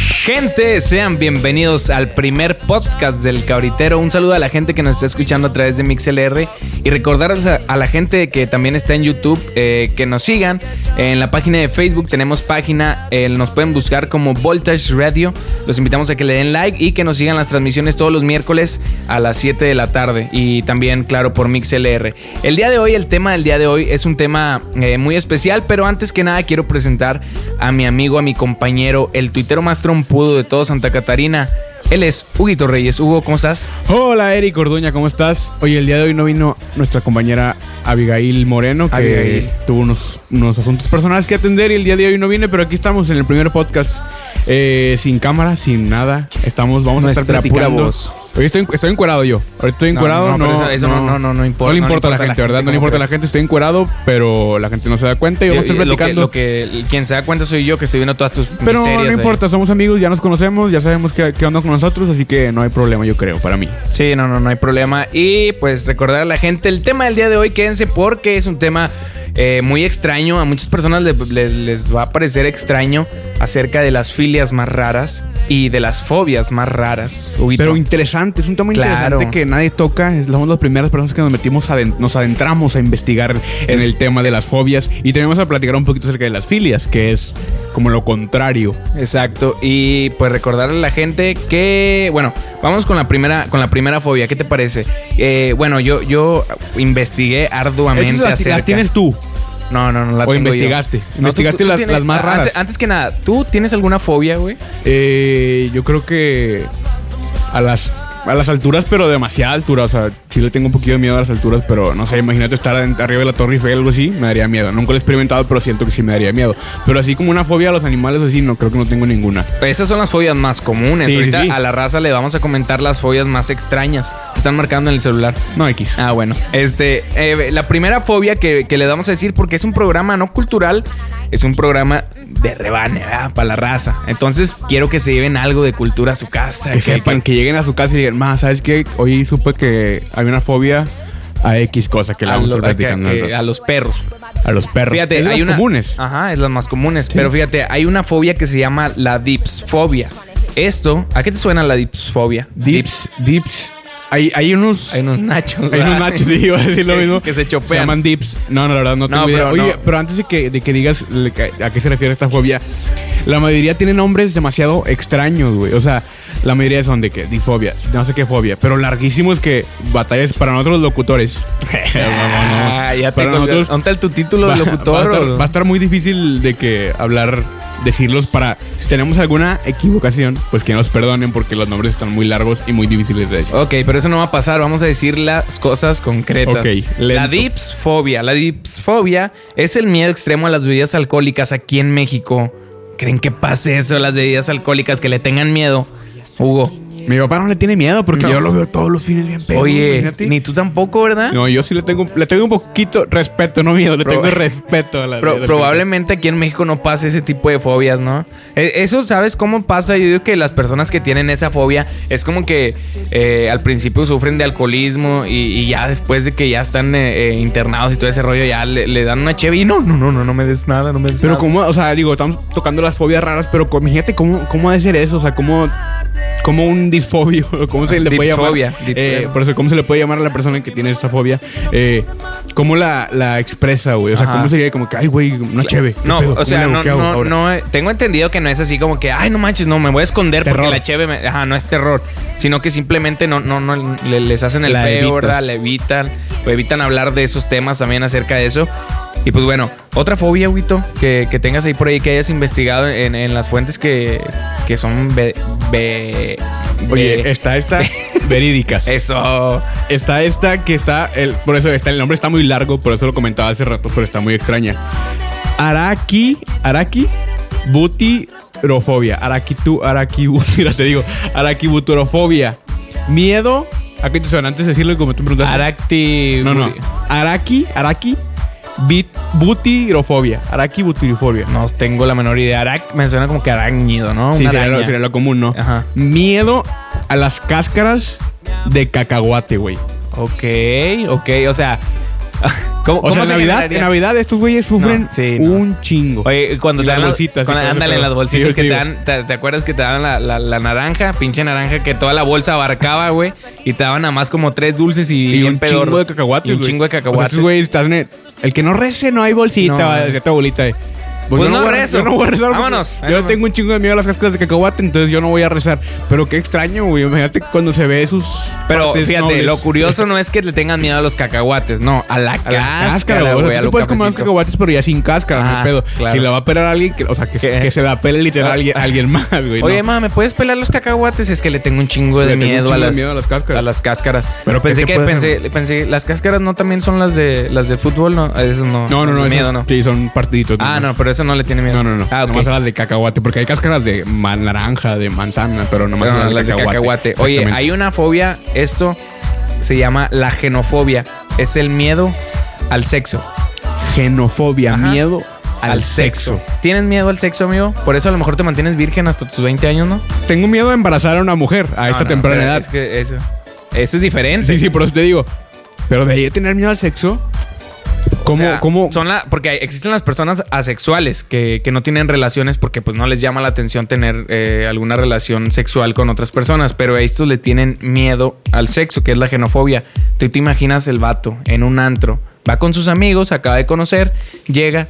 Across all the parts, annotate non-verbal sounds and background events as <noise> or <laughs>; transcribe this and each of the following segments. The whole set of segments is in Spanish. gente, sean bienvenidos al primer podcast del Cabritero. Un saludo a la gente que nos está escuchando a través de MixLR y recordarles a, a la gente que también está en YouTube eh, que nos sigan. En la página de Facebook tenemos página, eh, nos pueden buscar como Voltage Radio. Los invitamos a que le den like y que nos sigan las transmisiones todos los miércoles a las 7 de la tarde y también, claro, por MixLR. El día de hoy, el tema del día de hoy es un tema eh, muy especial, pero antes que nada quiero presentar a mi amigo, a mi compañero, el tuitero más trompudo de todo Santa Catarina. Él es Huguito Reyes. Hugo, ¿cómo estás? Hola Eric Orduña, ¿cómo estás? Oye, el día de hoy no vino nuestra compañera Abigail Moreno, que Abigail. tuvo unos, unos asuntos personales que atender y el día de hoy no viene, pero aquí estamos en el primer podcast, eh, sin cámara, sin nada. Estamos, vamos a estar Nuestra pura platicando. voz. Hoy estoy, estoy encuerado yo. Ahorita estoy No, encuerado, no, no. pero eso- eso no- no- no- no importa- No le no le importa a la importa a la gente, ¿verdad? gente No le como importa a la ves. gente, estoy encuerado, pero la gente no se da cuenta y vamos a estar Eh, lo que, platicando. lo que- quien se da cuenta soy yo que estoy viendo todas tus pero miserias no ahí. importa, somos amigos, ya nos conocemos, ya sabemos qué, qué onda con nosotros, así que no hay problema, yo creo, para mí. Sí, no, no, no hay problema. Y pues recordar a la gente el tema del día de hoy, quédense porque es un tema eh, muy extraño. A muchas personas le- le- les va a parecer extraño acerca de las filias más raras y de las fobias más raras. Huguito. Pero interesante, es un tema Claro. interesante que nadie toca. es- Somos las primeras personas que nos metimos, aden- nos adentramos a investigar en el tema de las fobias y tenemos a platicar un poquito acerca de las filias, que es como lo contrario. Exacto. Y pues recordarle a la gente que. Bueno, vamos con la primera, con la primera fobia. ¿Qué te parece? Eh, bueno, yo, yo investigué arduamente Estas las, acerca. las tienes tú. No, no, no la tengo O yo. investigaste. Investigaste las- las más antes- raras. Antes, que nada, ¿tú tienes alguna fobia, güey? Eh, yo creo que a las a las alturas, pero demasiada altura. O sea, sí le tengo un poquito de miedo a las alturas, pero no sé, imagínate estar adent- arriba de la Torre Eiffel o algo así, me daría miedo. Nunca lo he experimentado, pero siento que sí me daría miedo. Pero así como una fobia a los animales, así no creo que no tengo ninguna. Esas son las fobias más comunes. Sí, sí, Ahorita sí. a la raza le vamos a comentar las fobias más extrañas. Te están marcando en el celular. No, X. Ah, bueno. Este, eh, la primera fobia que, que le vamos a decir, porque es un programa no cultural, es un programa de rebane, ¿verdad? Para la raza. Entonces, quiero que se lleven algo de cultura a su casa. que sepan, que lleguen a su casa y digan, más, ¿sabes qué? Hoy supe que hay una fobia a X cosas que la a, vamos a los, estar a- que- platicando. que- a los perros. a los perros. Fíjate, Es de hay las una, Ah. comunes. Ajá, es las más comunes. Pero fíjate, hay una fobia que se llama la dipsfobia. Esto, ¿a qué te suena la dipsfobia? Dips, dips. Hay, hay unos. Hay <laughs> unos nachos. hay unos ¿verdad? nachos, sí, iba a decir <laughs> lo Que- mismo. que se Se chopean. llaman dips. No, no, la verdad, no tengo No, idea. pero Oye, no. pero antes de que, de que digas le- que- a qué se refiere esta fobia, la mayoría tiene nombres demasiado extraños, güey. O sea, la mayoría son de que, difobias, no sé qué fobia, pero larguísimos que batallas para nosotros los <laughs> locutores. <laughs> Ah, ya te Para colgó. nosotros- ¿Dónde está tu título de Va- locutor? Va, a o- estar, va a estar muy difícil de que hablar, decirlos para. Si tenemos alguna equivocación, pues que nos perdonen porque los nombres están muy largos y muy difíciles de decir. Ok, pero eso no va a pasar. Vamos a decir las cosas concretas. Ok, la lento. dipsfobia. La dipsfobia es el miedo extremo a las bebidas alcohólicas aquí en México. ¿Creen que pase eso? Las bebidas alcohólicas que le tengan miedo. Hugo. Mi papá no le tiene miedo porque No. yo lo veo todos los fines bien pedo. Oye, imagínate. ni tú tampoco, ¿verdad? No, yo sí le tengo, le tengo un poquito respeto, no miedo, le Pro- tengo respeto a la Pro- probablemente aquí en México no pase ese tipo de fobias, ¿no? E- Eso, ¿sabes cómo pasa? Yo digo que las personas que tienen esa fobia es como que eh, al principio sufren de alcoholismo y, y ya después de que ya están eh, eh, internados y todo ese rollo, ya le, le dan una cheve y no, no, no, no, no me des nada, no me des Pero nada. como, o sea, digo, estamos tocando las fobias raras, pero co- imagínate cómo, cómo ha de ser eso, o sea, cómo, cómo un disfobio, <laughs> cómo se le puede llamar. Dipfobia, Eh, dip- por eso, cómo se le puede llamar a la persona que tiene esta fobia. Eh, cómo la, la expresa, güey. O sea, Ajá. cómo sería como que, ay, güey, una chévere. No, o sea, no, no, no, eh, tengo entendido que no es así como que, ay, no manches, no, me voy a esconder Terror. porque la cheve, me- ajá, no es terror, sino que simplemente no, no, no, le- les hacen el La feo, evitas. ¿verdad? La evitan, o evitan hablar de esos temas también acerca de eso. Y pues bueno, otra fobia, Huguito, que, que tengas ahí por ahí, que hayas investigado en, en las fuentes que, que son... Be, be- Oye, be- está <laughs> esta verídicas. eso... Está esta que está. El, por eso está, el nombre está muy largo, por eso lo comentaba hace rato, pero está muy extraña. Araki. Araki. Butirofobia. Araki tu. Araki. <laughs> Mira, te digo. Araki buturofobia. Miedo. ¿A qué te suena? Antes de decirlo, y como tú me preguntaste. Aracti... No, no. Araki. Araki. bit- butirofobia. Araki butirofobia. No tengo la menor idea. Arac me suena como que arácnido, ¿no? Sí, Una sería lo, araña. sería lo común, ¿no? Ajá. Miedo a las cáscaras de cacahuate, güey. Ok, ok, o sea, <laughs> ¿Cómo, O cómo sea, en se Navidad, generaría? en Navidad estos güeyes sufren No, sí, no. un chingo. Oye, cuando te Y las dan las- bolsitas y cuando- todo ese ándale, pedo. en las bolsitas Sí, que te digo. dan, te, te acuerdas que te daban la, la- la naranja, pinche naranja, que toda la bolsa abarcaba, güey, y te daban nada más como tres dulces y, Y bien un pedorro. chingo de cacahuates. Y un güey. chingo de O sea, cacahuates. estos güeyes están en el, el que no rece no hay bolsita, No. va, decía tu abuelita. eh. Pues yo no voy a- rezo. Yo no voy a rezar. porque Vámonos. Ahí Yo nomás. tengo un chingo de miedo a las cáscaras de cacahuate, entonces yo no voy a rezar. Pero qué extraño, güey. Imagínate cuando se ve sus. Pero partes fíjate, nobles. lo curioso no es que le tengan miedo a los cacahuates, no, a la A la cáscara, o sea, güey, a tú lo puedes comer los cafecito. cacahuates, pero ya sin cáscara, Ajá, no hay pedo. claro. Si la va a pelar alguien, que, o sea, <laughs> que, ¿Qué? que se la pele literal alguien, alguien más, güey. Oye, ¿no? ma, ¿me puedes pelar los cacahuates? Es que le tengo un chingo de Le tengo un miedo, chingo a, de las, miedo a las cáscaras. a las cáscaras. Pero pensé ¿qué que se puede pensé, pensé, las cáscaras no también son las de las de fútbol, no, esas no. No, no, no. miedo, esas- no. Sí, son partiditos. Ah, no, pero eso no le tiene miedo. No, no, no. Ah, ok. Nomás a las de cacahuate, porque hay cáscaras de ma- naranja, de manzana, pero nomás Pero no, las de cacahuate. Oye, hay una fobia, esto se llama la genofobia. Es el miedo al sexo. genofobia, Ajá. miedo al, sexo. ¿Tienes miedo al sexo, amigo? Por eso a lo mejor te mantienes virgen hasta tus 20 años, ¿no? Tengo miedo a embarazar a una mujer a No, esta no, temprana pero edad. Es que eso. Eso es diferente. Sí, sí, por eso te digo. Pero de ahí a tener miedo al sexo. ¿Cómo, O sea, cómo? Son la, porque hay- existen las personas asexuales que, que no tienen relaciones porque pues no les llama la atención tener eh, alguna relación sexual con otras personas, pero a estos le tienen miedo al sexo, que es la genofobia. Tú te imaginas el vato en un antro, va con sus amigos, acaba de conocer, llega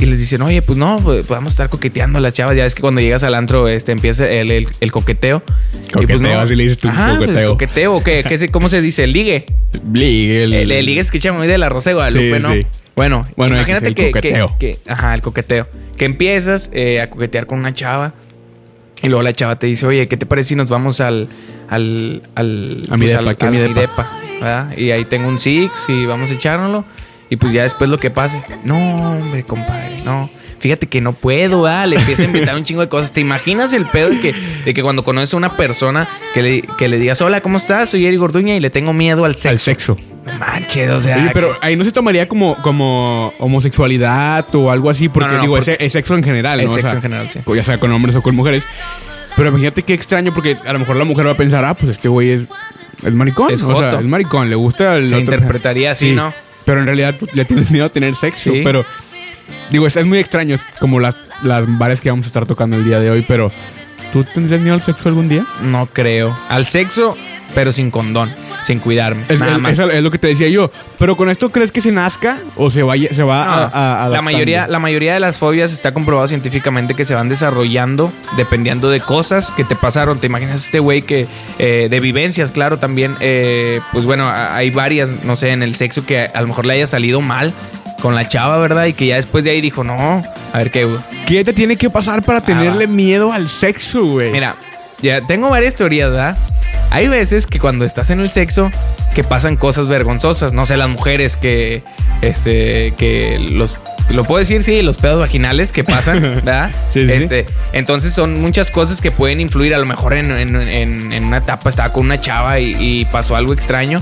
y les dicen, oye, pues no, pues vamos a estar coqueteando a las chavas. Ya ves que cuando llegas al antro este, empieza el, el- el coqueteo. Y, pues, Coqueteo, así le dices tú, Ajá, pues, coqueteo. coqueteo, ¿qué, qué se- ¿cómo se dice? Ligue. Ligue, el- El, el ligue es que llama muy de la Rosa de Guadalupe, Sí, ¿no? sí. Bueno, Bueno, imagínate el que, que- coqueteo. que- Ajá, el coqueteo. Que empiezas eh, a coquetear con una chava. Y luego la chava te dice, oye, ¿qué te parece si nos vamos al. al. al. pues, A mi depa, al- aquí a mi depa. ¿verdad? Y ahí tengo un Six y vamos a echárnoslo. Y pues ya después lo que pase. No, hombre, compadre, no. Fíjate que no puedo, ¿verdad? Le empieza a invitar un chingo de cosas. ¿Te imaginas el pedo de que, de que cuando conoces a una persona que le, que le digas, hola, ¿cómo estás? Soy Eri Gorduña y le tengo miedo al sexo. al sexo. No manches, o sea. Oye, pero que- ahí no se tomaría como, como homosexualidad o algo así, porque No, no, no, digo, porque- es, es sexo en general, ¿no? Es O sexo sea, en general, sí. o Ya sea con hombres o con mujeres. Pero imagínate qué extraño, porque a lo mejor la mujer va a pensar, ah, pues este güey es, es maricón. Es o sea, joto. es maricón, le gusta el Se otro- interpretaría así, ¿no? Pero en realidad pues, le tienes miedo a tener sexo. Sí. Pero digo, es, es muy extraño, es como las, las bares que vamos a estar tocando el día de hoy, pero ¿tú tendrías miedo al sexo algún día? No creo. Al sexo, pero sin condón, sin cuidarme. Es, nada es- más. es- es lo que te decía yo. Pero con esto, ¿crees que se nazca o se, vaya, se va No, a, a- la adaptando? mayoría, la mayoría de las fobias está comprobado científicamente que se van desarrollando dependiendo de cosas que te pasaron. Te imaginas este güey que eh, de vivencias, claro, también, eh, pues bueno, a- hay varias, no sé, en el sexo que a, a lo mejor le haya salido mal con la chava, ¿verdad? Y que ya después de ahí dijo, no, a ver qué. güey?". ¿Qué te tiene que pasar para tenerle Ah, va. miedo al sexo, güey? Mira, ya tengo varias teorías, ¿verdad? Hay veces que cuando estás en el sexo que pasan cosas vergonzosas, no sé, las mujeres que este que los lo puedo decir, sí, los pedos vaginales que <laughs> pasan, ¿verdad? Sí, sí, sí. Este, entonces son muchas cosas que pueden influir. A lo mejor en, en- en- en una etapa estaba con una chava y, y pasó algo extraño.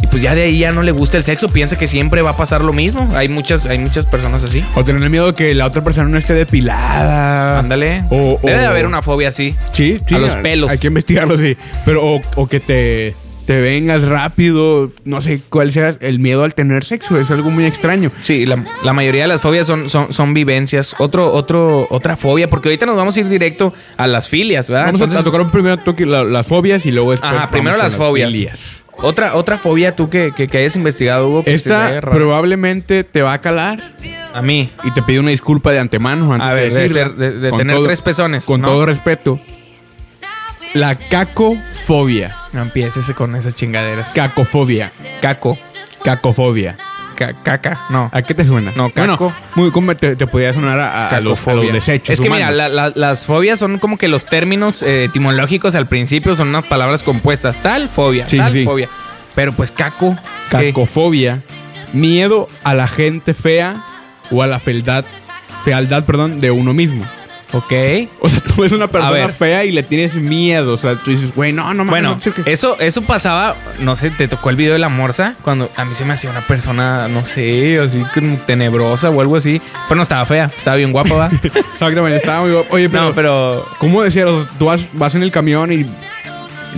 Y pues ya de ahí ya no le gusta el sexo. Piensa que siempre va a pasar lo mismo. Hay muchas, hay muchas personas así. O tener miedo que la otra persona no esté depilada. Ándale. Ah. O- Debe de o- haber una fobia así. Sí, sí. A los pelos. Hay que investigarlo, sí. Pero, o, o que te, te vengas rápido. No sé cuál sea el miedo al tener sexo. Es algo muy extraño. Sí, la, la mayoría de las fobias son, son, son vivencias. Otro, otro, otra fobia, porque ahorita nos vamos a ir directo a las filias, ¿verdad? Vamos a- Ah, Entonces, a tocar primero toque la- las fobias y luego después. ajá, vamos primero con las fobias. filias. Otra, otra fobia tú que, que, que hayas investigado, Hugo. que se te Esta haga raro. probablemente te va a calar A mí. y te pido una disculpa de antemano. Antes A ver, de, decirla. ser- de- de Con tener todo- tres pezones. Con ¿no? todo respeto. La cacofobia. No empieces con esas chingaderas. Cacofobia. caco. Cacofobia. ca- caca. No. ¿A qué te suena? No, caco. Bueno, muy como te, te podía sonar a, a- a los, a los Cacofobia. desechos. Es que mira, humanos. la- la- las fobias son como que los términos eh, etimológicos al principio son unas palabras compuestas. Tal fobia, Sí, tal sí. fobia. Pero pues caco. ¿qué? cacofobia, miedo a la gente fea o a la fealdad, fealdad, perdón, de uno mismo. Ok. O sea, <laughs> tú ves una persona ver. fea y le tienes miedo. O sea, tú dices, güey, no, no mames. Bueno, <laughs> eh, no quiero que-". eso, eso pasaba, no sé, te tocó el video de la morsa, cuando a mí se me hacía una persona, no sé, así como tenebrosa o algo así, pero no estaba fea, estaba bien guapa, <laughs> ¿va? exactamente, estaba muy guapo. Oye, pero, no, pero ¿cómo decías? O sea, tú vas, vas en el camión y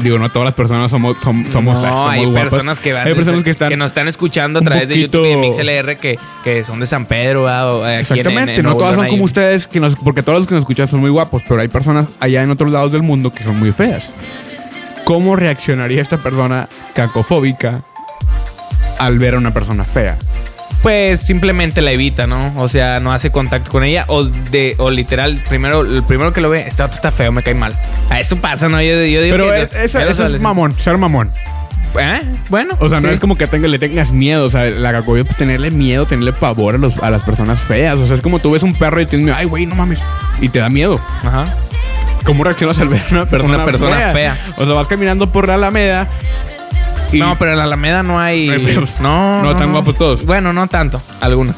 Digo, no todas las personas somos, som- somos, no, somos hay guapas. personas que van- Hay personas que están. nos están escuchando a un través poquito- de YouTube y de MixLR que, que son de San Pedro, ¿verdad? O, eh, aquí en- Exactamente, en- en no Nuevo todas León son hay- como ustedes, que nos, porque todos los que nos escuchan son muy guapos, pero hay personas allá en otros lados del mundo que son muy feas. ¿Cómo reaccionaría esta persona cacofóbica al ver a una persona fea? Pues simplemente la evita, ¿no? O sea, no hace contacto con ella o de o literal, primero el primero que lo ve, está está feo, me cae mal. A eso pasa, ¿no? Yo, yo digo Pero que es- los- esa- ya los eso es adolescentes- mamón, ser mamón. ¿Eh? Bueno, O sea, no sí. es como que tenga- le tengas miedo. O sea, la cacofobia es tenerle miedo, tenerle pavor a, los- a las personas feas. O sea, es como tú ves un perro y tienes miedo, ay, güey, no mames. Y te da miedo. Ajá. ¿Cómo reaccionas al ver una persona, Una persona fea. O sea, vas caminando por la Alameda y No, pero en la Alameda no hay No hay feos. No, No, tan guapos todos. Bueno, no tanto, algunos.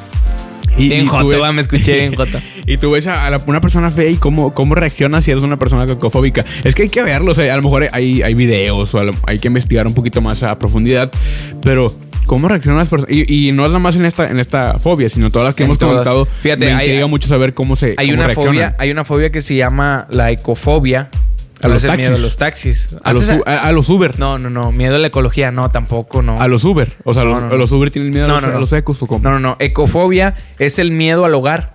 Y, Bien y joto, tú ves- va, me escuché bien joto. <laughs> y tú ves a, a la- una persona fea y cómo, cómo reaccionas si eres una persona cacofóbica. Es que hay que verlo, o sea, a lo mejor hay, hay videos o a lo- hay que investigar un poquito más a profundidad, pero cómo reaccionan las personas. Y, y no es nada más en esta, en esta fobia, sino todas las que En hemos todas. comentado. Fíjate, me hay- intriga mucho saber cómo se Hay cómo una reaccionan. fobia, hay una fobia que se llama la ecofobia. A los Es el miedo a taxis. los taxis. A los, Antes- u- a, a los Uber. No, no, no, miedo a la ecología, no, tampoco, no. A los Uber. O sea, No, los, no, no. los Uber tienen miedo a, los, a los ecos o cómo. No, no, no. Ecofobia es el miedo al hogar.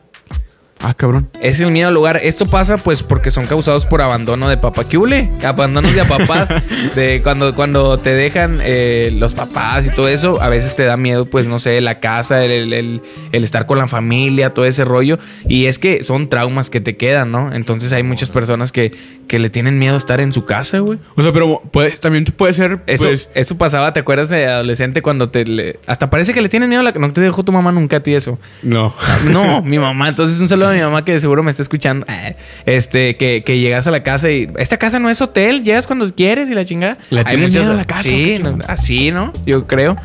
Ah, cabrón. Es el miedo al hogar. Esto pasa pues porque son causados por abandono de papá. ¿Qué hule? Abandonos de papá. de cuando, cuando te dejan eh, los papás y todo eso, a veces te da miedo, pues no sé, la casa, el, el- el- el estar con la familia, todo ese rollo. Y es que son traumas que te quedan, ¿no? Entonces hay muchas personas que, que le tienen miedo a estar en su casa, güey. O sea, pero puede- también puede ser. Eso, pues, eso pasaba, ¿te acuerdas de adolescente cuando te... le- hasta parece que le tienes miedo a la... No te dejó tu mamá nunca a ti eso. no. No, mi mamá. Entonces, un saludo a mi mamá que de seguro me está escuchando. Ah, Este, que, que llegas a la casa y. Esta casa no es hotel, llegas cuando quieres y la chingada. ¿Le tienes miedo a la casa, o Sí, qué chingada? no, así, ¿no? Yo creo.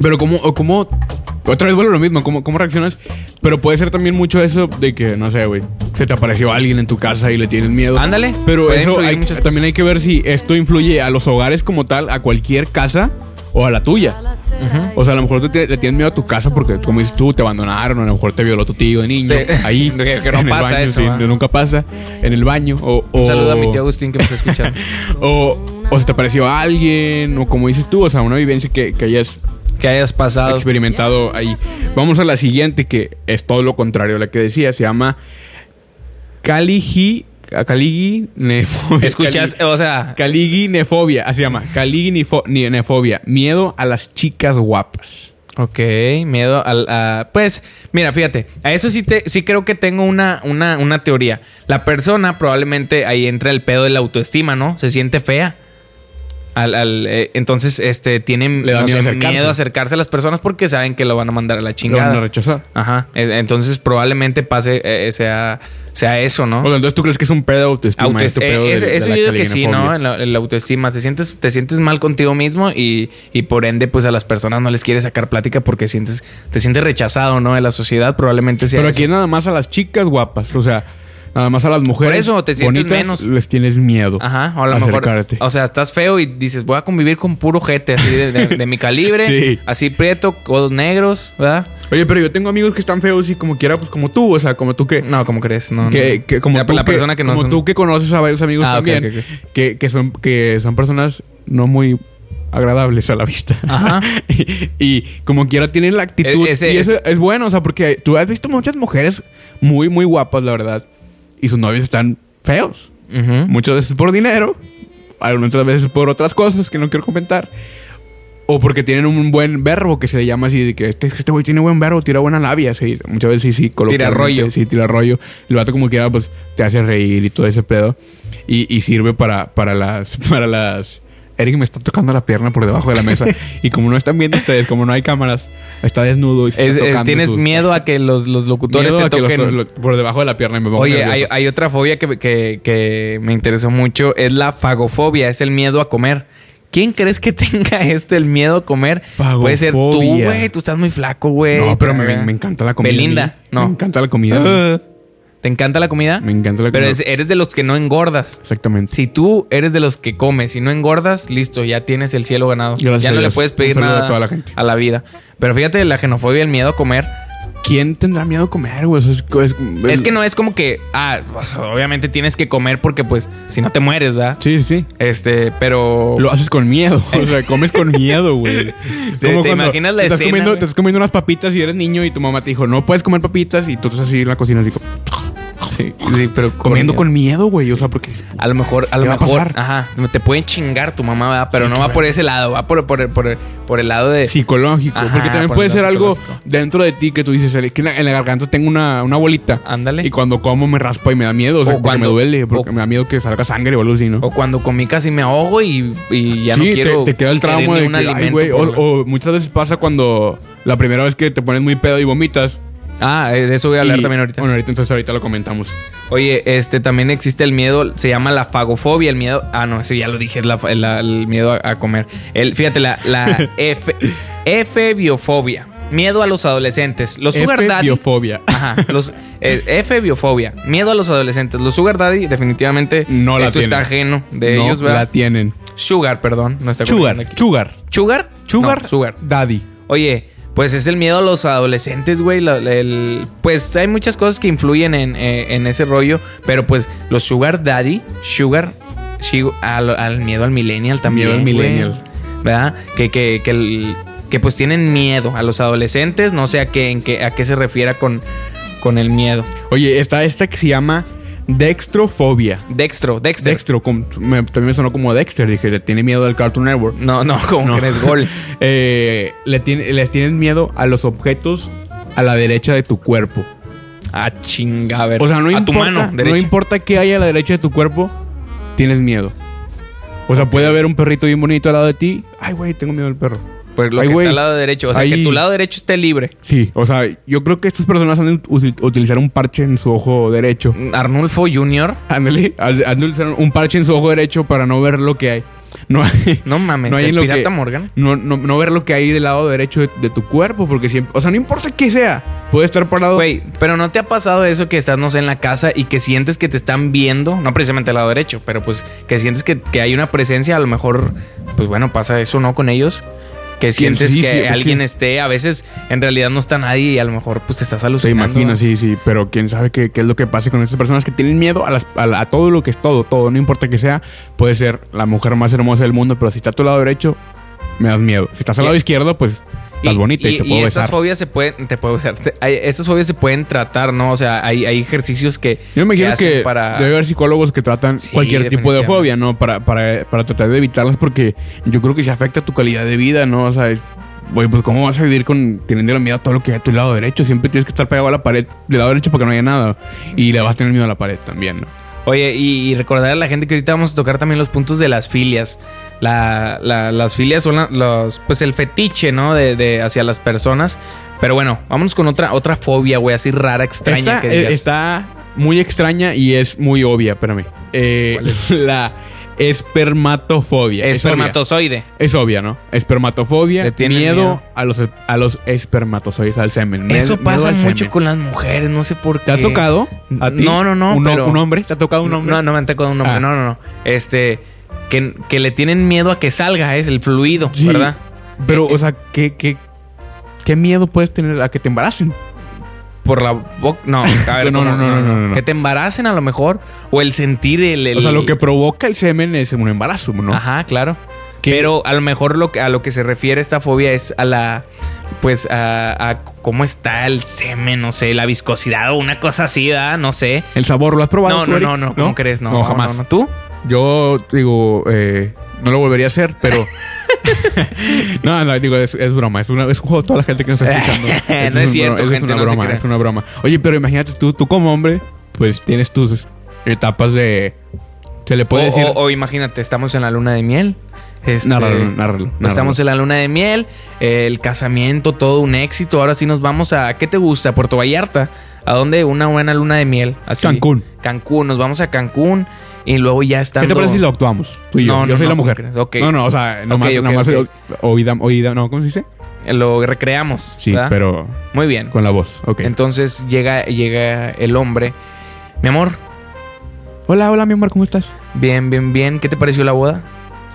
Pero cómo, o cómo, otra vez vuelvo a lo mismo, cómo, cómo reaccionas. Pero puede ser también mucho eso de que, no sé, güey, se te apareció alguien en tu casa y le tienes miedo. Ándale, Pero puede eso influir hay- muchas cosas. también hay que ver si esto influye a los hogares como tal, a cualquier casa o a la tuya. O sea, a lo mejor tú te- le tienes miedo a tu casa porque, como dices tú, te abandonaron, a lo mejor te violó tu tío de niño. Te- ahí, <laughs> que- que no en el pasa baño, eso, sí, ¿va? nunca pasa. En el baño. O, Un o- saludo a mi tío Agustín que me está escuchando. O, o se te apareció alguien, o como dices tú, o sea, una vivencia que, que hayas <laughs> que hayas pasado. experimentado ahí. Vamos a la siguiente, que es todo lo contrario a la que decía. Se llama Caligi. Caligi <laughs> nefobia. Escuchaste, o sea. Caligi nefobia. Así se llama. Caligi nifo- ni- nefobia. Miedo a las chicas guapas. Ok, miedo al. a- pues, mira, fíjate, a eso sí, te, sí creo que tengo una, una, una teoría. La persona probablemente ahí entra el pedo de la autoestima, ¿no? Se siente fea. Al, al, eh, entonces, este, tienen Le da no miedo sé, acercarse. miedo a acercarse a las personas porque saben que lo van a mandar a la Lo chingada. van a rechazar. Ajá, e- entonces probablemente pase, eh, sea, sea eso, ¿no? O sea, entonces tú crees que es un pedo de autoestima. Auto- este eh, pedo de- ese- de eso la yo digo que sí, ¿no? caliginefobia? En la, en la autoestima. Te sientes, te sientes mal contigo mismo y, y por ende, pues a las personas no les quieres sacar plática porque sientes, te sientes rechazado, ¿no? De la sociedad, probablemente sea. Pero eso. aquí es nada más a las chicas guapas. O sea, nada más a las mujeres. eso te sientes bonitas, menos. Les tienes miedo. Ajá, o a lo acercarte. mejor. O sea, estás feo y dices, voy a convivir con puro gente así de, de- de mi calibre, <laughs> Sí. así prieto, codos negros, ¿verdad? Oye, pero yo tengo amigos que están feos y como quiera, pues como tú. O sea, como tú que. No, como crees, Pues no. que, no. que como la, tú la persona que no como son- tú que conoces a varios amigos Ah, ok, también ok, Que, que son que son personas no muy agradables a la vista Ajá. <laughs> y, y como quiera tienen la actitud E- ese- y eso es bueno o sea porque tú has visto muchas mujeres muy muy guapas la verdad y sus novios están feos Ujú. muchas veces por dinero algunas otras veces por otras cosas que no quiero comentar o porque tienen un buen verbo que se le llama así de que este este güey tiene buen verbo tira buena labia sí muchas veces sí sí coloquialmente, rollo. sí tira rollo el vato como quiera pues te hace reír y todo ese pedo y, y sirve para para las <laughs> para las Eric me está tocando la pierna por debajo de <laughs> la mesa y como no están viendo ustedes como no hay cámaras está desnudo y se Es- está es- tocando tienes sus- miedo a que los, los locutores miedo te a que los- toquen. lo- por debajo de la pierna y me pongo Oye, nervioso. hay, hay otra fobia que, que- que me interesó mucho, es la fagofobia, es el miedo a comer. ¿Quién crees que <laughs> tenga este el miedo a comer? Puede ser tú, Fagofobia. güey, tú estás muy flaco, güey. no pero me, me encanta la comida a mí. Belinda, no. me encanta la comida Ah. <laughs> ¿Te encanta la comida? Me encanta la Pero comida. es- eres de los que no engordas. Exactamente. Si tú eres de los que comes y no engordas, listo, ya tienes el cielo ganado. Gracias ya a no le Dios. puedes Un pedir saludo nada a toda la gente. a la vida. Pero fíjate, la xenofobia, el miedo a comer, ¿Quién tendrá miedo a comer, güey? O sea, es, Es que no es como que, ah, o sea, obviamente tienes que comer porque pues si no te mueres, ¿verdad? Sí, sí, sí. Este, pero... Lo haces con miedo. O <laughs> sea, comes con miedo, güey. ¿Te- te imaginas la estás escena, Comiendo, güey? te estás comiendo unas papitas y eres niño y tu mamá te dijo, no puedes comer papitas y tú estás así en la cocina, así como, Sí, sí, pero... comiendo miedo. con miedo, güey. O sea, porque. A lo mejor, a lo ¿Qué va a mejor, pasar? ajá, te pueden chingar tu mamá, ¿verdad? Pero Sí, no qué va por ver- ese lado, va por, por, por, por el lado de... Psicológico. Ajá, porque también por puede lo ser algo psicológico. dentro de ti que tú dices, "Es que en la, en la garganta tengo una, una bolita. Ándale. Y cuando como me raspa y me da miedo. O sea, O porque cuando- me duele. Porque o- me da miedo que salga sangre o algo así, ¿no? O cuando comí casi me ahogo y, y ya sí, no te- quiero... Te, queda el trauma querer de ni un que, ay, alimento güey, o, por la- o muchas veces pasa cuando la primera vez que te pones muy pedo y vomitas. Ah, eh, de eso voy a hablar y- también ahorita. Bueno, ahorita entonces ahorita lo comentamos. Oye, este también existe el miedo, se llama la fagofobia, el miedo. Ah, no, ese ya lo dije, la- la- el miedo a, a comer. El, fíjate, la, la <laughs> efe- efebiofobia. Miedo a los adolescentes. Los sugar daddy. Ah, biofobia. Ajá, los eh, efebiofobia. Miedo a los adolescentes. Los sugar daddy, definitivamente. No la Esto tienen. está ajeno de no ellos, la ¿verdad? tienen. Sugar, perdón. No está corrigiendo Sugar, aquí. sugar, ¿Sugar? sugar, No, sugar. daddy. Oye, pues es el miedo a los adolescentes, güey. la- el- pues hay muchas cosas que influyen en, eh, en ese rollo, pero pues los Sugar Daddy, Sugar, shigo- al, al miedo al millennial también. Miedo al güey, millennial. ¿Verdad? Que, que, que, el- que, pues tienen miedo a los adolescentes, no sé a qué, en qué, a qué se refiera con, con el miedo. Oye, está esta que se llama dextrofobia. Dextro, Dexter. Dextro, con- me- también me sonó como Dexter, dije, le tiene miedo al Cartoon Network. No, no, como No. que eres <laughs> gol. Eh, le tiene- les tienen miedo a los objetos a la derecha de tu cuerpo. Ah, chinga, a ver. O sea, no a importa, tu mano no derecha. importa qué haya a la derecha de tu cuerpo, tienes miedo. O sea, puede haber un perrito bien bonito al lado de ti. Ay, güey, tengo miedo al perro. pues lo Ay, que güey, está al lado derecho. O sea, que ahí- tu lado derecho esté libre. Sí, o sea, yo creo que estas personas han de usi- utilizar un parche en su ojo derecho. Mm. Arnulfo Jr. Ándale, han de utilizar un parche en su ojo derecho para no ver lo que hay. No hay. No mames, No hay el en lo pirata que- Morgan. No, no- no ver lo que hay del lado derecho de, de tu cuerpo, porque siempre. O sea, no importa qué sea, puede estar parado. Güey, pero ¿no te ha pasado eso que estás, no sé, en la casa y que sientes que te están viendo? No precisamente al lado derecho, pero pues que sientes que, que hay una presencia, a lo mejor, pues bueno, pasa eso, ¿no? Con ellos. Que sientes sí, sí, que es alguien que- esté, a veces en realidad no está nadie y a lo mejor pues te estás Se alucinando. imagina, sí, sí, pero quién sabe qué, qué es lo que pase con estas personas que tienen miedo a, las- a la- a todo lo que es todo, todo, no importa que sea, puede ser la mujer más hermosa del mundo, pero si está a tu lado derecho, me das miedo. Si estás al Y- lado izquierdo, pues estás bonita y, te puedo estas besar. fobias se pueden, te puedo besar, te- hay- estas fobias se pueden tratar, ¿no? O sea, hay, hay ejercicios que. Yo me imagino hacen que para- debe haber psicólogos que tratan Sí, cualquier tipo de definitivamente. fobia, ¿no? Para, para, para tratar de evitarlas porque yo creo que se afecta tu calidad de vida, ¿no? O sea, es- güey, pues ¿cómo vas a vivir con teniendo miedo a todo lo que hay a tu lado derecho? Siempre tienes que estar pegado a la pared del lado derecho porque no haya nada. Y le vas a tener miedo a la pared también, ¿no? Oye, y, y recordar a la gente que ahorita vamos a tocar también los puntos de las filias. La- la- las filias son la- los, pues el fetiche, ¿no? De, de- hacia las personas. Pero bueno, vámonos con otra, otra fobia, güey, así rara, extraña Esta que eh, digas. está muy extraña y es muy obvia, espérame. Eh, ¿Cuál <laughs> La espermatofobia. Es obvia. Espermatozoide. Es obvia, ¿no? Espermatofobia, Le tienen miedo, miedo. A, los, a los espermatozoides, al semen. Miedo- Eso miedo pasa al mucho semen. con las mujeres, no sé por qué. ¿Te ha tocado a ti? No, no, no, ¿Un, pero- un hombre? ¿Te ha tocado un hombre? No, no me han tocado un hombre, Ah. no, no, no. Este, que, que le tienen miedo a que salga, es el fluido, Sí, ¿verdad? Eh, Pero, o sea, ¿qué, qué, ¿qué miedo puedes tener a que te embaracen? eh, Por la boca. No, a ver, <laughs> No, no, ¿cómo? no, no, no, no. Que te embaracen a lo mejor. O el sentir el. el- O sea, lo que provoca el semen es un embarazo, ¿no? Ajá, claro. ¿Qué? Pero a lo mejor lo que, a lo que se refiere esta fobia es a la. Pues a, a cómo está el semen, no sé, la viscosidad o una cosa así, ¿verdad? No sé. ¿El sabor lo has probado? No, tú, no, Eric? no, no, ¿cómo crees? No, no, jamás. no, no. ¿Tú? Yo digo, eh, no lo volvería a hacer, <laughs> pero. no, no, digo, es, es broma. Es, una, es un juego a toda la gente que <laughs> nos está escuchando. No es una cierto, broma, eso gente, Es una no se broma, crean. es una broma. Oye, pero imagínate tú, tú como hombre, pues tienes tus etapas de. Se le O, puede decir. o- o imagínate, estamos en la luna de miel. Este, Nárralo, nárralo, nárralo. Estamos en la luna de miel, eh, el casamiento, todo un éxito. Ahora sí nos vamos a. ¿Qué te gusta? Puerto Vallarta. ¿A dónde? Una buena luna de miel. Así. Cancún. Cancún, nos vamos a Cancún y luego ya estando. ¿Qué te parece si lo actuamos? Tú y yo. No, yo no, soy no, la ¿cómo mujer. crees? Ok. No, no, o sea, nomás, Ok, ok, nomás ok. oída, oída, no, ¿cómo se dice? Lo recreamos? Sí, ¿verdad? pero Muy bien. con la voz. Ok. Entonces llega, llega el hombre. Mi amor, hola, hola, mi amor, ¿cómo estás? bien, bien, bien. ¿Qué te pareció la boda?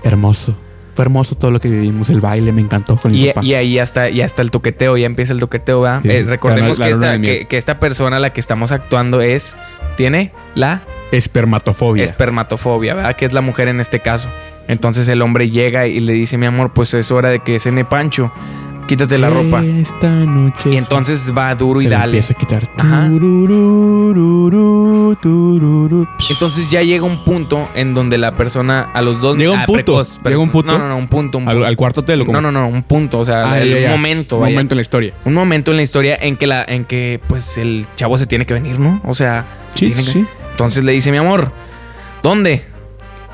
Hermoso. Fue hermoso todo lo que vivimos, el baile, me encantó con mi Y, papá. y ahí ya está, ya está el toqueteo, ya empieza el toqueteo, ¿verdad? Sí, Eh, sí. recordemos La- la que, luna esta, de miel. que, que esta persona, la que estamos actuando, es. Tiene la Espermatofobia. espermatofobia, ¿verdad? Que es la mujer en este caso. Entonces el hombre llega y le dice, mi amor, pues es hora de que cene Pancho. Quítate la ropa. Esta noche. Y entonces va duro y se le dale. Empieza a quitar. Ajá. Tururururu, tururu, psh. Entonces ya llega un punto en donde la persona a los dos... Llega un ah, punto, pero- llega un punto. No, no, no, un punto. Un al, punto. al cuarto te lo no, no, no, un punto. O sea, el- un momento, Un vaya. momento en la historia. Un momento en la historia en que la, en que pues el chavo se tiene que venir, ¿no? O sea, Sí, tiene que- sí. entonces le dice, mi amor, ¿dónde?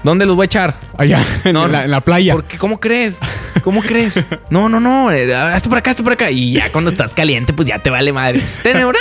¿Dónde los voy a echar? Allá, en, No, la, en la playa. Porque, ¿cómo crees? ¿Cómo <laughs> crees? No, no, no. eh, Hazte por acá, hazte por acá. Y ya cuando estás caliente, pues ya te vale madre. <laughs> Te neuras.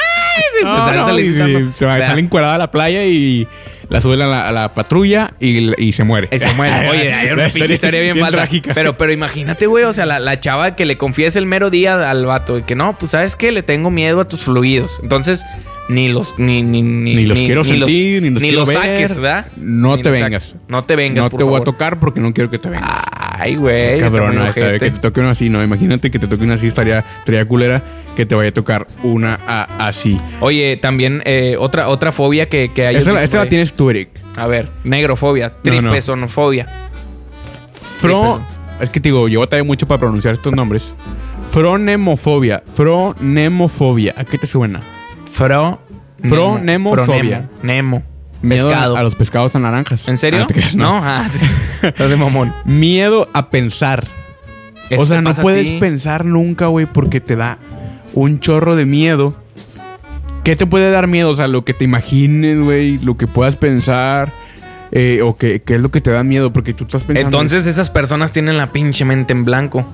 y No, te sales no, al y- y interno. se va- ¿Verdad? sale encuerada a la playa y la suben a la, a la patrulla y, y se muere. Y se muere. <laughs> Oye, hay una La pinche historia bien, falsa. trágica. Pero, pero imagínate, güey, o sea, la, la chava que le confiesa el mero día al vato y que no, pues sabes qué, le tengo miedo a tus fluidos. Entonces, ni los, ni, ni, ni, ni los quiero sentir, ni los quiero ver. saques, ¿verdad? No Ni te los vengas. saques. No te vengas. no por te voy a favor. tocar porque no quiero que te vengas. Ay, güey. está Cabrón, muy no, esta vez ojete. que te toque una así, no. Imagínate que te toque una así, estaría, estaría culera que te vaya a tocar una a- así. Oye, también eh, otra, otra fobia que, que hay. Esta, la- esta la tienes tú, Eric. A ver, negrofobia, No, no. tripesonofobia. pues. Fro. Es que te digo, yo batallé mucho para pronunciar estos nombres. Fronemofobia. Fronemofobia. ¿A qué te suena? Fro. Fronemo- fronemo, Nemo. Miedo Pescado. A los pescados a naranjas. ¿En serio? Ah, no te creas, no. Ah, <laughs> sí. Estás de mamón. Miedo a pensar. Esto O sea, te no pasa a puedes ti. pensar nunca, güey, porque te da un chorro de miedo. ¿Qué te puede dar miedo? O sea, lo que te imagines, güey, lo que puedas pensar, eh, o que, que es lo que te da miedo, porque tú estás pensando. Entonces esas personas tienen la pinche mente en blanco.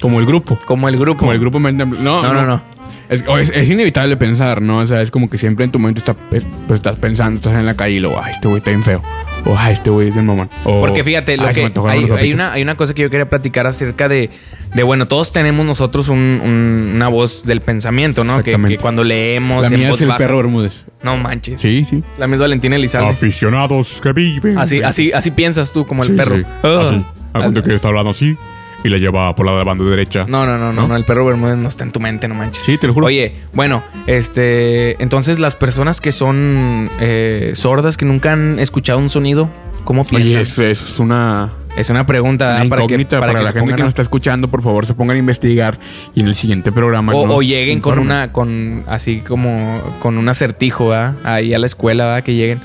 Como el grupo. Como el grupo. Como el grupo mente en blanco. No, No, no, no. Es, o es- es inevitable pensar, ¿no? O sea, es como que siempre en tu mente está- es- pues, estás pensando, estás en la calle y luego, ay, este güey está bien feo. O, ay, este güey es bien mamón. O, Porque fíjate, lo "Ay, se me que antojaron hay, unos hay zapatos". una, hay una cosa que yo quería platicar acerca de, de bueno, todos tenemos nosotros un- un- una voz del pensamiento, ¿no? Que, Exactamente. que cuando leemos... La en mía voz es el baja- perro Bermúdez. No manches. Sí, sí. La mía es Valentina Elizalde. Aficionados que viven. Así, así, así piensas tú, como el Sí, perro. sí. Ah. Así. A cuenta que está hablando así y la lleva por la banda derecha. No, no, no, no, ¿No? no, el perro Bermúdez no está en tu mente, no manches. Sí, te lo juro. Oye, bueno, este, entonces las personas que son eh, sordas, que nunca han escuchado un sonido, ¿cómo Oye, piensan? eso, eso es una, Es una pregunta una ¿verdad? Ah, para que, incógnita para, que la se gente pongan que a- nos está escuchando. Por favor, se pongan a investigar y en el siguiente programa. o, nos o lleguen con informen. una, con así como con un acertijo, ¿verdad? Ahí a la escuela, ¿verdad? Que lleguen.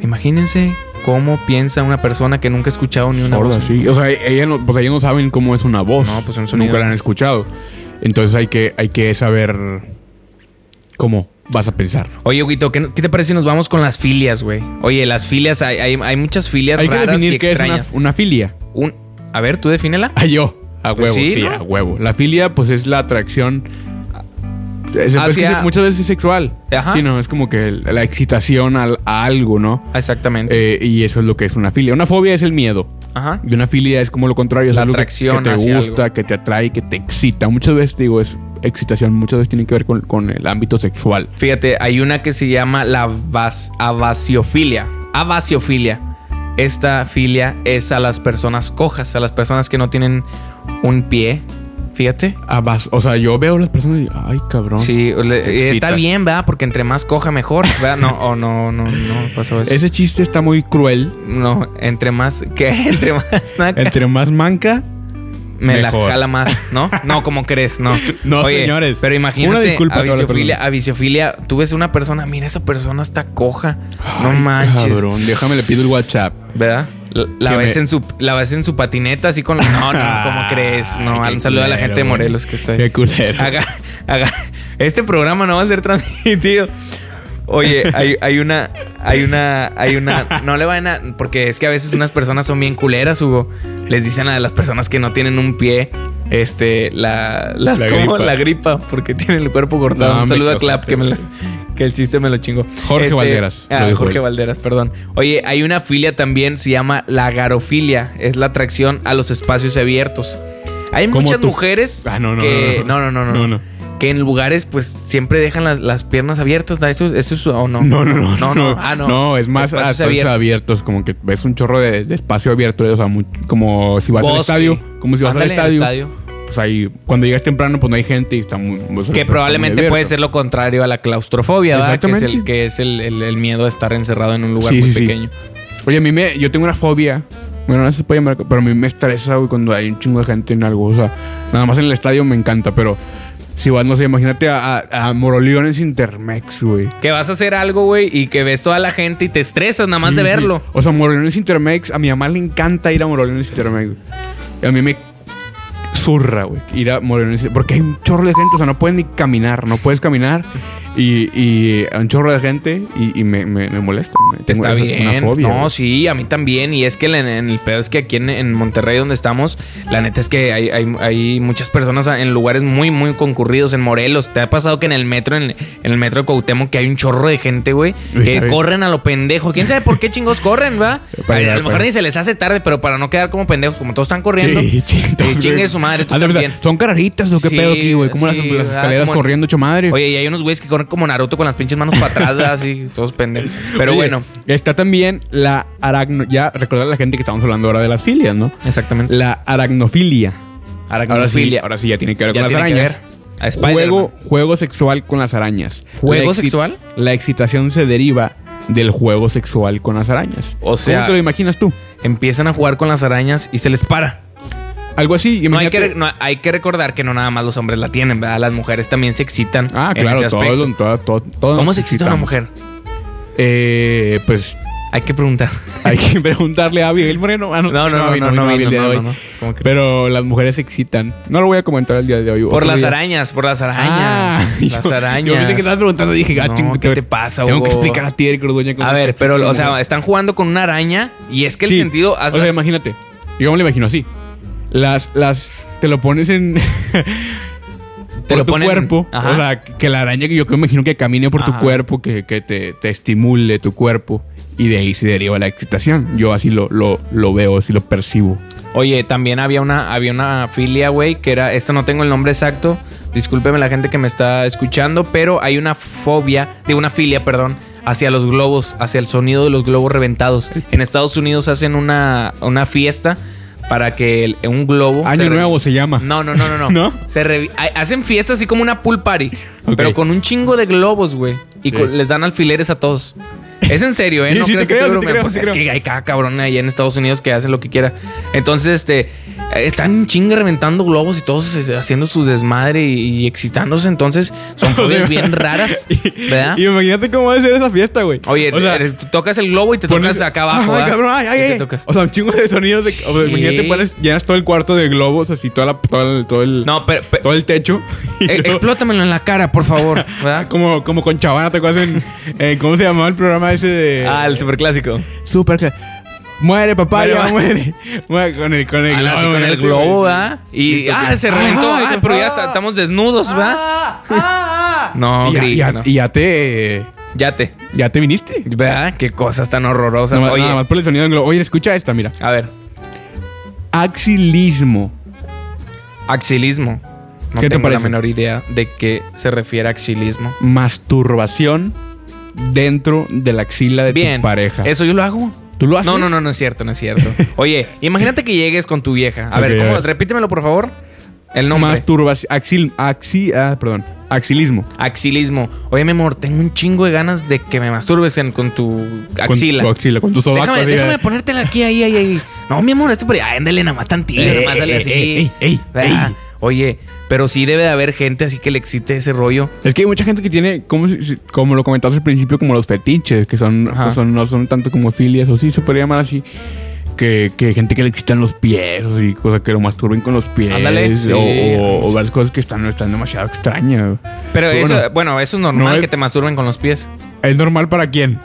Imagínense cómo piensa una persona que nunca ha escuchado ni una sorda, voz. sí. O sea, ella no, pues ellos no saben cómo es una voz. No, pues un sonido. Nunca la han escuchado. Entonces hay que, hay que saber cómo vas a pensar. Oye, Guito, ¿qué, qué te parece si nos vamos con las filias, güey? Oye, las filias, hay, hay, hay muchas filias Hay que raras y definir qué es una, extrañas. una filia. Un, a ver, tú <laughs> defínela. Ah, yo. A huevo, Pues sí, sí, ¿no? a huevo. La filia, pues es la atracción. Es- es Hacia- que muchas veces es sexual. Ajá. Sí, no, es como que el- la excitación al- a algo, ¿no? Ah, Exactamente. Eh, y eso es lo que es una filia. Una fobia es el miedo. Ajá. Y una filia es como lo contrario. Es La algo que- atracción que, te hacia gusta, que te atrae, que te excita. Muchas veces, digo, es excitación. Muchas veces tiene que ver con, con el ámbito sexual. Fíjate, hay una que se llama la vas- avasiofilia. Avasiofilia. Esta filia es a las personas cojas, a las personas que no tienen un pie. Fíjate. Ah, vas- o sea, yo veo a las personas y digo, ay, cabrón. Sí, le- eh, Te está excitas. bien, ¿verdad? Porque entre más coja mejor, ¿verdad? No, o no, no, no pasó <laughs> eso. Ese chiste está muy cruel. No, entre más que <laughs> entre más naca, Entre más manca, me mejor. la jala más, <laughs> ¿no? No, como crees, no. No, señores. Pero imagínate, Una disculpa a todas las avisiofilia, personas. avisiofilia, tú ves una persona, mira esa persona está coja. <laughs> No Ay, manches. Cabrón, déjame le pido el WhatsApp. ¿Verdad? La, la Que ves me- en su, la ves en su patineta así con... No, no, <laughs> ¿cómo crees? No, Ay, qué un saludo a la culero, gente de güey. Morelos que Qué estoy... culero. Haga, haga- este programa no va a ser transmitido. Oye, hay, hay una... Hay una... Hay una... No le van a... Porque es que a veces unas personas son bien culeras, Hugo. Les dicen a las personas que no tienen un pie... Este... La... Las, La como gripa. la gripa. Porque tienen el cuerpo cortado. No, un me saludo a chocaste, Clap que me lo- Que el chiste me lo chingo. Jorge Valderas, ah, lo dijo Jorge él. Valderas, perdón. Oye, hay una filia también, se llama la garofilia. Es la atracción a los espacios abiertos. Hay Como muchas tú. mujeres Ah, no, no, que. no, no, no. no, no, no, no, No, no. que en lugares pues siempre dejan las, las piernas abiertas. ¿da? ¿Eso, eso es o no? No, no, no. No, no. Ah, no. es más Espacios espacios abiertos. abiertos. Como que ves un chorro de, de espacio abierto. O sea, muy- como si vas al Bosque. estadio. Como si vas Ándale, al estadio. Pues ahí, cuando llegas temprano, pues no hay gente y está muy. pues, está Que muy probablemente abierto. puede ser lo contrario a la claustrofobia, ¿verdad? Que es el, Exactamente. que es el, el- el miedo a estar encerrado en un lugar Sí, muy sí, sí. pequeño. Oye, a mí me. Yo tengo una fobia. Bueno, no se puede llamar. Pero a mí me estresa, güey, cuando hay un chingo de gente en algo. O sea, nada más en el estadio me encanta, pero. Si vas, no sé, imagínate a, a, a Moroleones Intermex, güey. Que vas a hacer algo, güey, y que ves toda la gente y te estresas nada más Sí, de sí. verlo. O sea, Moroleones Intermex, a mi mamá le encanta ir a Moroleones Intermex. güey. Y a mí me zurra, güey, ir a Moroleones Intermex, Porque hay un chorro de gente, o sea, no puedes ni caminar, no puedes caminar. Y, y hay un chorro de gente y, y me, me- me molesta. me- Te tengo está esa- bien. Una fobia, no, güey. sí, a mí también. Y es que en, en el pedo es que aquí en, en Monterrey, donde estamos, la neta es que hay, hay- hay muchas personas en lugares muy, muy concurridos. En Morelos, ¿te ha pasado que en el metro, en, en el metro de Cuauhtémoc, que hay un chorro de gente, güey, Uy, que está bien. corren a lo pendejo? ¿Quién sabe por qué chingos corren, va? <laughs> Para a llegar, lo mejor para- ni se les hace tarde, pero para no quedar como pendejos, como todos están corriendo. Sí, <laughs> eh, chingados, chingue güey. su madre, tú Hazte pensar, también. ¿Son carreritas o qué Sí, pedo aquí, güey? ¿Cómo sí, las, las ¿verdad? escaleras Como- corriendo hecho madre? Oye, y hay unos güeyes que corren como Naruto con las pinches manos para atrás, ¿verdad? así, todos <laughs> pendejos. Pero Oye, bueno, Está también la aracno... Ya recordar a la gente que estamos hablando ahora de las filias, ¿no? exactamente. La aracnofilia. Ahora sí, Aracnofilia. ahora sí ya tiene que ver Ya con las tiene que arañas. ver. A Spider-Man. Juego, juego sexual con las arañas. ¿Juego La exci- sexual? La excitación se deriva del juego sexual con las arañas. O sea- ¿Cómo te lo imaginas tú? Empiezan a jugar con las arañas y se les para. Algo así. No hay, imagínate- que, re- no, hay que recordar que no nada más los hombres la tienen, ¿verdad? Las mujeres también se excitan. Ah, en claro, ese todo, aspecto. lo- todo, todo- todos ¿Cómo nos se excita una excitamos. mujer? Eh, pues <laughs> Hay que preguntar. hay que preguntarle a Abigail Moreno. Ah, No, no, no, vino, no, no vino el vino, día no, de no, hoy. no. ¿Cómo crees? Pero las mujeres se excitan. No lo voy a comentar el día de hoy. Por otro las día. arañas, por las arañas. Ah, <laughs> las yo- arañas. Yo pensé que estabas preguntando y dije, ah, No, chingo, ¿qué te pasa, Tengo que Hugo? explicar a ti, Eric Orduña, cómo A se ver, excita pero, una o sea, mujer. están jugando con una araña y es que el Sí. sentido. O sea, imagínate. Yo me lo imagino así. Las, las, te lo pones en. <laughs> por lo tu ponen- cuerpo. Ajá. O sea, que la araña que yo creo, imagino que camine por tu Ajá. cuerpo, que, que te, te estimule tu cuerpo. Y de ahí se deriva la excitación. Yo así lo, lo, lo veo, así lo percibo. Oye, también había una, había una filia, güey, que era, esta no tengo el nombre exacto, discúlpeme la gente que me está escuchando, pero hay una fobia, de una filia, perdón, hacia los globos, hacia el sonido de los globos reventados. En Estados Unidos hacen una, una fiesta para que el- un globo... Año se re- Nuevo se llama. No, no, no, no, no. ¿No? Se revi- ha- hacen fiestas así como una pool party, Ok. pero con un chingo de globos, güey, y Sí. con- les dan alfileres a todos. Es en serio, ¿eh? Sí, no sí te creas que creo, estoy sí te bromeando. creo, Pues sí te es creo. que hay cada cabrón ahí en Estados Unidos que hace lo que quiera. Entonces, este, eh, están chingue reventando globos y todos eh, haciendo su desmadre y, y excitándose. Entonces, <laughs> son fobias bien raras, ¿verdad? <laughs> Y imagínate cómo va a ser esa fiesta, güey. Oye, O sea, eh, tú tocas el globo y te pones- tocas acá abajo. Ay, ¿verdad? cabrón, ay, ay, Y te ay. tocas. O sea, un chingo de sonidos. De, o sea, imagínate, Sí. pones- llenas todo el cuarto de globos, así, toda la, todo el, todo el, No, pero, pero- todo el techo. <laughs> y eh, luego- explótamelo en la cara, por <laughs> favor. ¿verdad? Como, como con Chavana, ¿te acuerdas? En, eh, ¿Cómo se llamaba el programa ese de...? Ah, el superclásico. Super... Cla- Muere, papá, Muere, ya va. muere. Muere con el, con el Ah, globo. así con el imagínate, globo, güey. ¿verdad? Y, Y ah, toca- se reventó. Ay, Ah, pero ya papá. está- estamos desnudos, ¿verdad? Ah, ah. No, y ya, gri- y ya- no. y ya te... Ya te. Ya te viniste. Ah. ¿Verdad? Qué cosas tan horrorosas. Nada más- Oye, nada más por el sonido del globo. Oye, escucha esta, mira. a ver. Axilismo. Axilismo. No ¿Qué te tengo parece? la menor idea de qué se refiere a axilismo. masturbación dentro de la axila de Bien. tu pareja. Eso yo lo hago. ¿Tú lo haces? No, no, no, no es cierto, no es <laughs> cierto. Oye, imagínate que llegues con tu vieja. A Ok, ver, a ¿cómo? ver. Repítemelo, por favor. El nombre. Masturbación. Axil. Axi. Ah, perdón. Axilismo. Axilismo. Oye, mi amor, tengo un chingo de ganas de que me masturbes en- con tu axila. Con tu axila, con tu sobaco. déjame, así, déjame eh. ponértela aquí, ahí, ahí, ahí. No, mi amor, esto por ahí. Ay, Ándale nada más tantillo, Ey, nada más dale ey, así. Eh, ey, ey, ey, ¿Verdad? ey. Oye, pero sí debe de haber gente así que le excite ese rollo. Es que hay mucha gente que tiene, como, si- si- como lo comentaste al principio, como los fetiches, que son, Ajá. que son no son tanto como filias, o sí, se podría llamar así. Que, que gente que le excitan los pies, o sí, cosas que lo masturben con los pies. Ándale, o, sí. o- o varias cosas que están, están demasiado extrañas. Pero Bueno, eso, bueno, eso es normal no es- que te masturben con los pies. ¿Es normal para quién?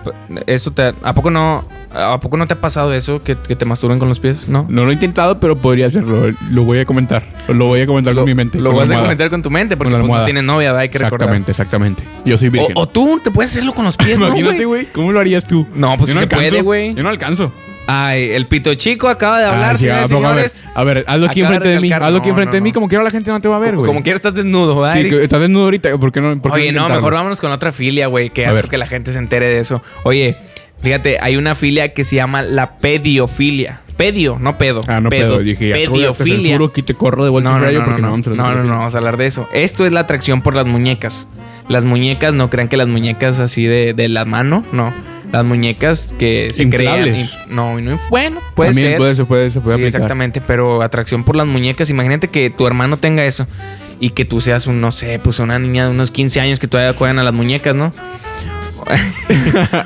Eso te, ¿A poco no? ¿A poco no te ha pasado eso? Que, que te masturben con los pies, ¿no? No lo he intentado, pero podría hacerlo. Lo voy a comentar. Lo voy a comentar Lo, con mi mente. lo con la vas a almohada. comentar con tu mente, porque Con la pues, no almohada. tienes novia, ¿verdad? Hay que recordar. Exactamente, exactamente. Yo soy virgen. O, o tú te puedes hacerlo con los pies, ¿no, Imagínate, güey? güey. ¿Cómo lo harías tú? No, pues Yo sí se puede, alcanzo. güey. Yo no alcanzo. Ay, el pito chico acaba de hablar, Ah, sí, señoras ah, y pero a ver, señores. a ver, hazlo aquí Acaba de enfrente de mí. recalcar- Hazlo aquí no, enfrente no, de mí, no. como quiera la gente no te va a ver, güey. Como quiera estás desnudo, ¿verdad, Sí, Eric? que estás desnudo ahorita, ¿por qué no? por qué Oye, no, intentarlo? mejor vámonos con otra filia, güey. Qué A asco ver. que la gente se entere de eso. Oye, fíjate, hay una filia que se llama la pediofilia. Pedio, no pedo. Ah, no pedo, dije. ya, Pediofilia. Te censuro, aquí te corro de vuelta No, al no, rayo no, porque no, no, no, vamos a la no, no, no, vamos a hablar de eso. Esto es la atracción por las muñecas. Las muñecas, no crean que las muñecas así de, de la mano, no. Las muñecas que se crean. Inflables. inf- No, no, inf- bueno, puede También ser. puede, se puede, se puede sí, aplicar. exactamente, pero atracción por las muñecas. Imagínate que tu hermano tenga eso y que tú seas un, no sé, pues una niña de unos 15 años que todavía juegan a las muñecas, ¿no? <laughs>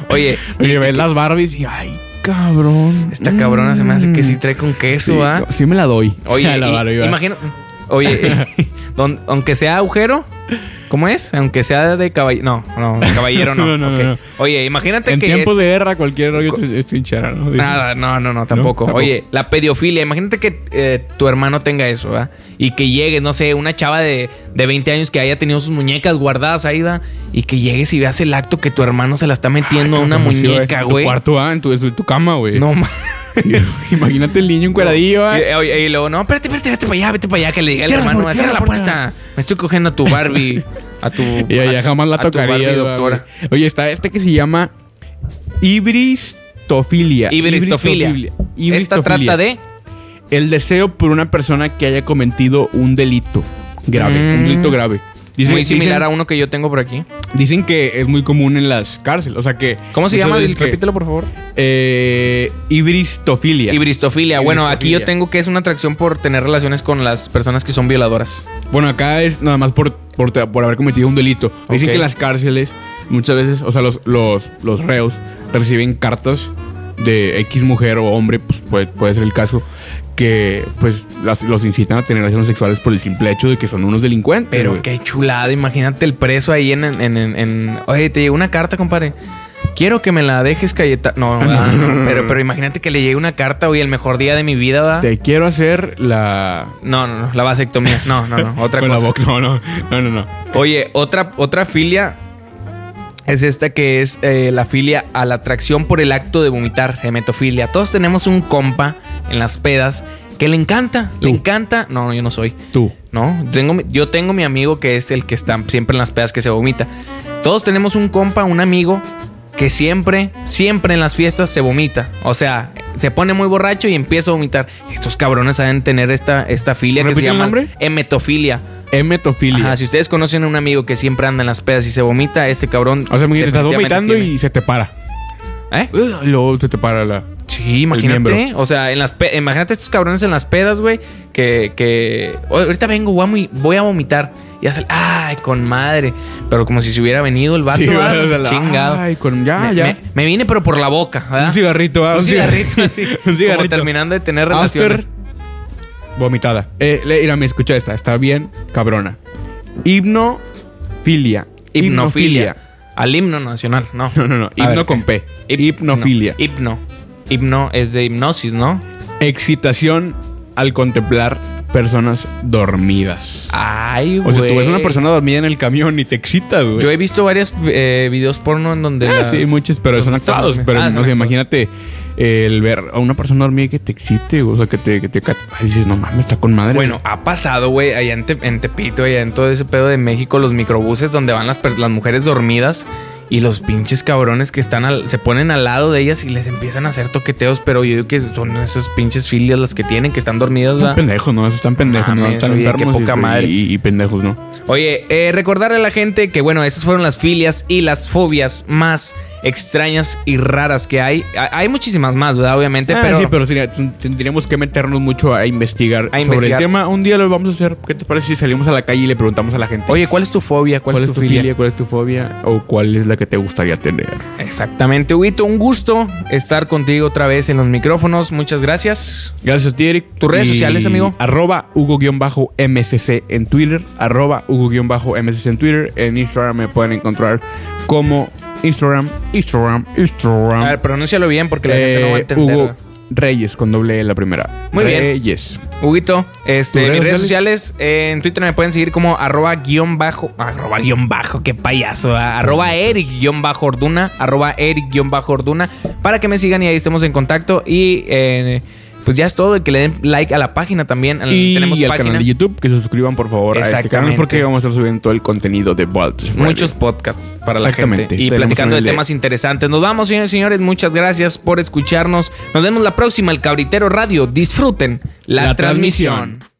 Oye, Oye, ves las Barbies y ay, cabrón. Mm. esta cabrona se me hace que sí trae con queso, Sí, ¿ah? sí me la doy. <laughs> Oye, la y- Barbie, va. imagino. Oye, <laughs> don- aunque sea agujero, ¿cómo es? Aunque sea de caballero. No, no, de caballero no. <laughs> No, no, no, ok. no. Oye, imagínate En que. tiempos es- de guerra cualquier rollo es trinchera, ¿no? Dice. Nada, no, no, no, tampoco. tampoco. Oye, la pedofilia. Imagínate que eh, tu hermano tenga eso, ¿verdad? Y que llegue, no sé, una chava de, de 20 años que haya tenido sus muñecas guardadas ahí, ¿verdad? Y que llegues y veas el acto que tu hermano se la está metiendo Ay, a una cabrón, sí, muñeca, En güey. Tu cuarto, ah, en tu, en tu cama, güey. No ma- <laughs> Imagínate el niño encueradillo, ah. Y, eh, oye, y luego, no, espérate, espérate, vete para allá, vete para allá, que le diga al Cierra la hermano, puerta, cierra la cierra la puerta. Me estoy cogiendo a tu Barbie, a <laughs> tu. Y a ella tu- jamás la a tu tocaría. Barbie, güey. doctora. Oye, está este que se llama Ibristofilia. Ibristofilia. Esta trata de. El deseo por una persona que haya cometido un delito grave. Mm. Un delito grave. Dicen- muy similar dicen- a uno que yo tengo por aquí. Dicen que es muy común en las cárceles. O sea que. ¿Cómo se muchas llama? veces que- Repítelo, por favor. Eh, ibristofilia. Ibristofilia. Bueno, aquí yo Ibristofilia. tengo que es una atracción por tener relaciones con las personas que son violadoras. Bueno, acá es nada más por, por, por haber cometido un delito. Dicen Ok. que en las cárceles muchas veces, o sea, los, los, los reos reciben cartas de X mujer o hombre, pues puede, puede ser el caso, que pues las- los incitan a tener relaciones sexuales por el simple hecho de que son unos delincuentes. Pero güey. qué chulada, imagínate el preso ahí en, en, en- en- Oye, te llegó una carta, compadre. Quiero que me la dejes Cayeta. <laughs> No, ah, no, pero, pero imagínate que le llegue una carta, oye, el mejor día de mi vida, ¿verdad? Te quiero hacer la... No, no, no, la vasectomía. No, no, no, otra <laughs> con la cosa. boca. No, no, no, no. no. Oye, otra, otra filia es esta que es eh, la filia a la atracción por el acto de vomitar, hemetofilia. Todos tenemos un compa en las pedas que le encanta, le Tú. encanta. No, yo no soy. Tú. No, tengo, mi- yo tengo mi amigo que es el que está siempre en las pedas que se vomita. Todos tenemos un compa, un amigo que siempre, siempre en las fiestas se vomita. O sea, se pone muy borracho y empieza a vomitar. Estos cabrones saben tener esta, esta filia que se ¿Repite el llama nombre? hemetofilia. Emetofilia. Ajá, si ustedes conocen a un amigo que siempre anda en las pedas y se vomita, este cabrón. O sea, imagínate, estás definitivamente vomitando tiene. y se te para. ¿Eh? Y luego se te para la... Sí, imagínate. miembro. O sea, en las pe- imagínate estos cabrones en las pedas, güey. Que, que "Oye, ahorita vengo, voy a, muy- voy a vomitar. Y hace, el, ay, con madre. Pero como si se hubiera venido el vato, Sí, ¿verdad? o sea, la- chingado. Ay, con- ya, me, ya. me- me vine, pero por la boca, ¿verdad? Un cigarrito, ah, Un un cigarrito. <laughs> cigarrito, así. Un Como cigarrito. terminando de tener relaciones. After vomitada. Eh, le- mira, me escucha esta. Está bien, cabrona. Hipnofilia. Hipnofilia. Al himno nacional, no. No, no, no. A Himno ver, con P. hip- Hipnofilia. no, Hipno. Hipno es de hipnosis, ¿no? Excitación al contemplar personas dormidas. Ay, o Ah, güey. sea, tú ves a una persona dormida en el camión y te excitas, güey. Yo he visto varios eh, videos porno en donde. Ah, las- sí, muchos, pero donde son están actuados. dormidas. Pero Ah, no son sé, actuados. imagínate el ver a una persona dormida que te excite, o sea, que te. Que te ca- ay, dices, no mames, está con madre. Bueno, ha pasado, güey, allá en, Te- en Tepito, allá en todo ese pedo de México, los microbuses donde van las, per- las mujeres dormidas y los pinches cabrones que están al- se ponen al lado de ellas y les empiezan a hacer toqueteos, pero yo digo que son esas pinches filias las que tienen, que están dormidas, Están ¿verdad? pendejos, ¿no? Esos están pendejos, ¿no? Mames, Están oye, qué enfermos y- poca y- madre. Y, y pendejos, ¿no? Oye, eh, recordarle a la gente que, bueno, esas fueron las filias y las fobias más extrañas y raras que hay. Ha- Hay muchísimas más, ¿verdad? Obviamente, Ah, pero... sí, pero sería- tendríamos que meternos mucho a A investigar, sobre el investigar. tema. Un día lo vamos a hacer. ¿Qué te parece si salimos a la calle y le preguntamos a la gente? Oye, ¿cuál es tu fobia? ¿Cuál, es tu filia? ¿Cuál es tu fobia? ¿O cuál es la que te gustaría tener? Exactamente, Huguito, un gusto estar contigo otra vez en los micrófonos. Muchas gracias. Gracias a ti, Eric. ¿Tus redes sociales, amigo? Arroba Hugo-MCC en Twitter. Arroba Hugo-MCC en Twitter. En Instagram me pueden encontrar como Instagram, Instagram, Instagram. Ah. A ver, pronúncialo bien porque la gente no va a Eh, entender. Hugo Reyes con doble E la primera. Muy bien. Reyes. Huguito, este, mis ¿Tus redes redes sociales, eh, en Twitter me pueden seguir como arroba guión bajo, arroba guión bajo, qué payaso, ah, arroba eric guión bajo orduna, arroba eric guión bajo orduna, para que me sigan y ahí estemos en contacto y eh, pues ya es todo, que le den like a la página también, al- Y Mm, tenemos al página, canal de YouTube, que se suscriban por favor a este canal Exactamente. porque vamos a estar subiendo todo el contenido de Vault. muchos podcasts para la gente Exactamente, y tenemos platicando de un de- temas interesantes. Nos vamos, señores y señores, muchas gracias por escucharnos, nos vemos la próxima, el Cabritero Radio, disfruten la, La transmisión. transmisión.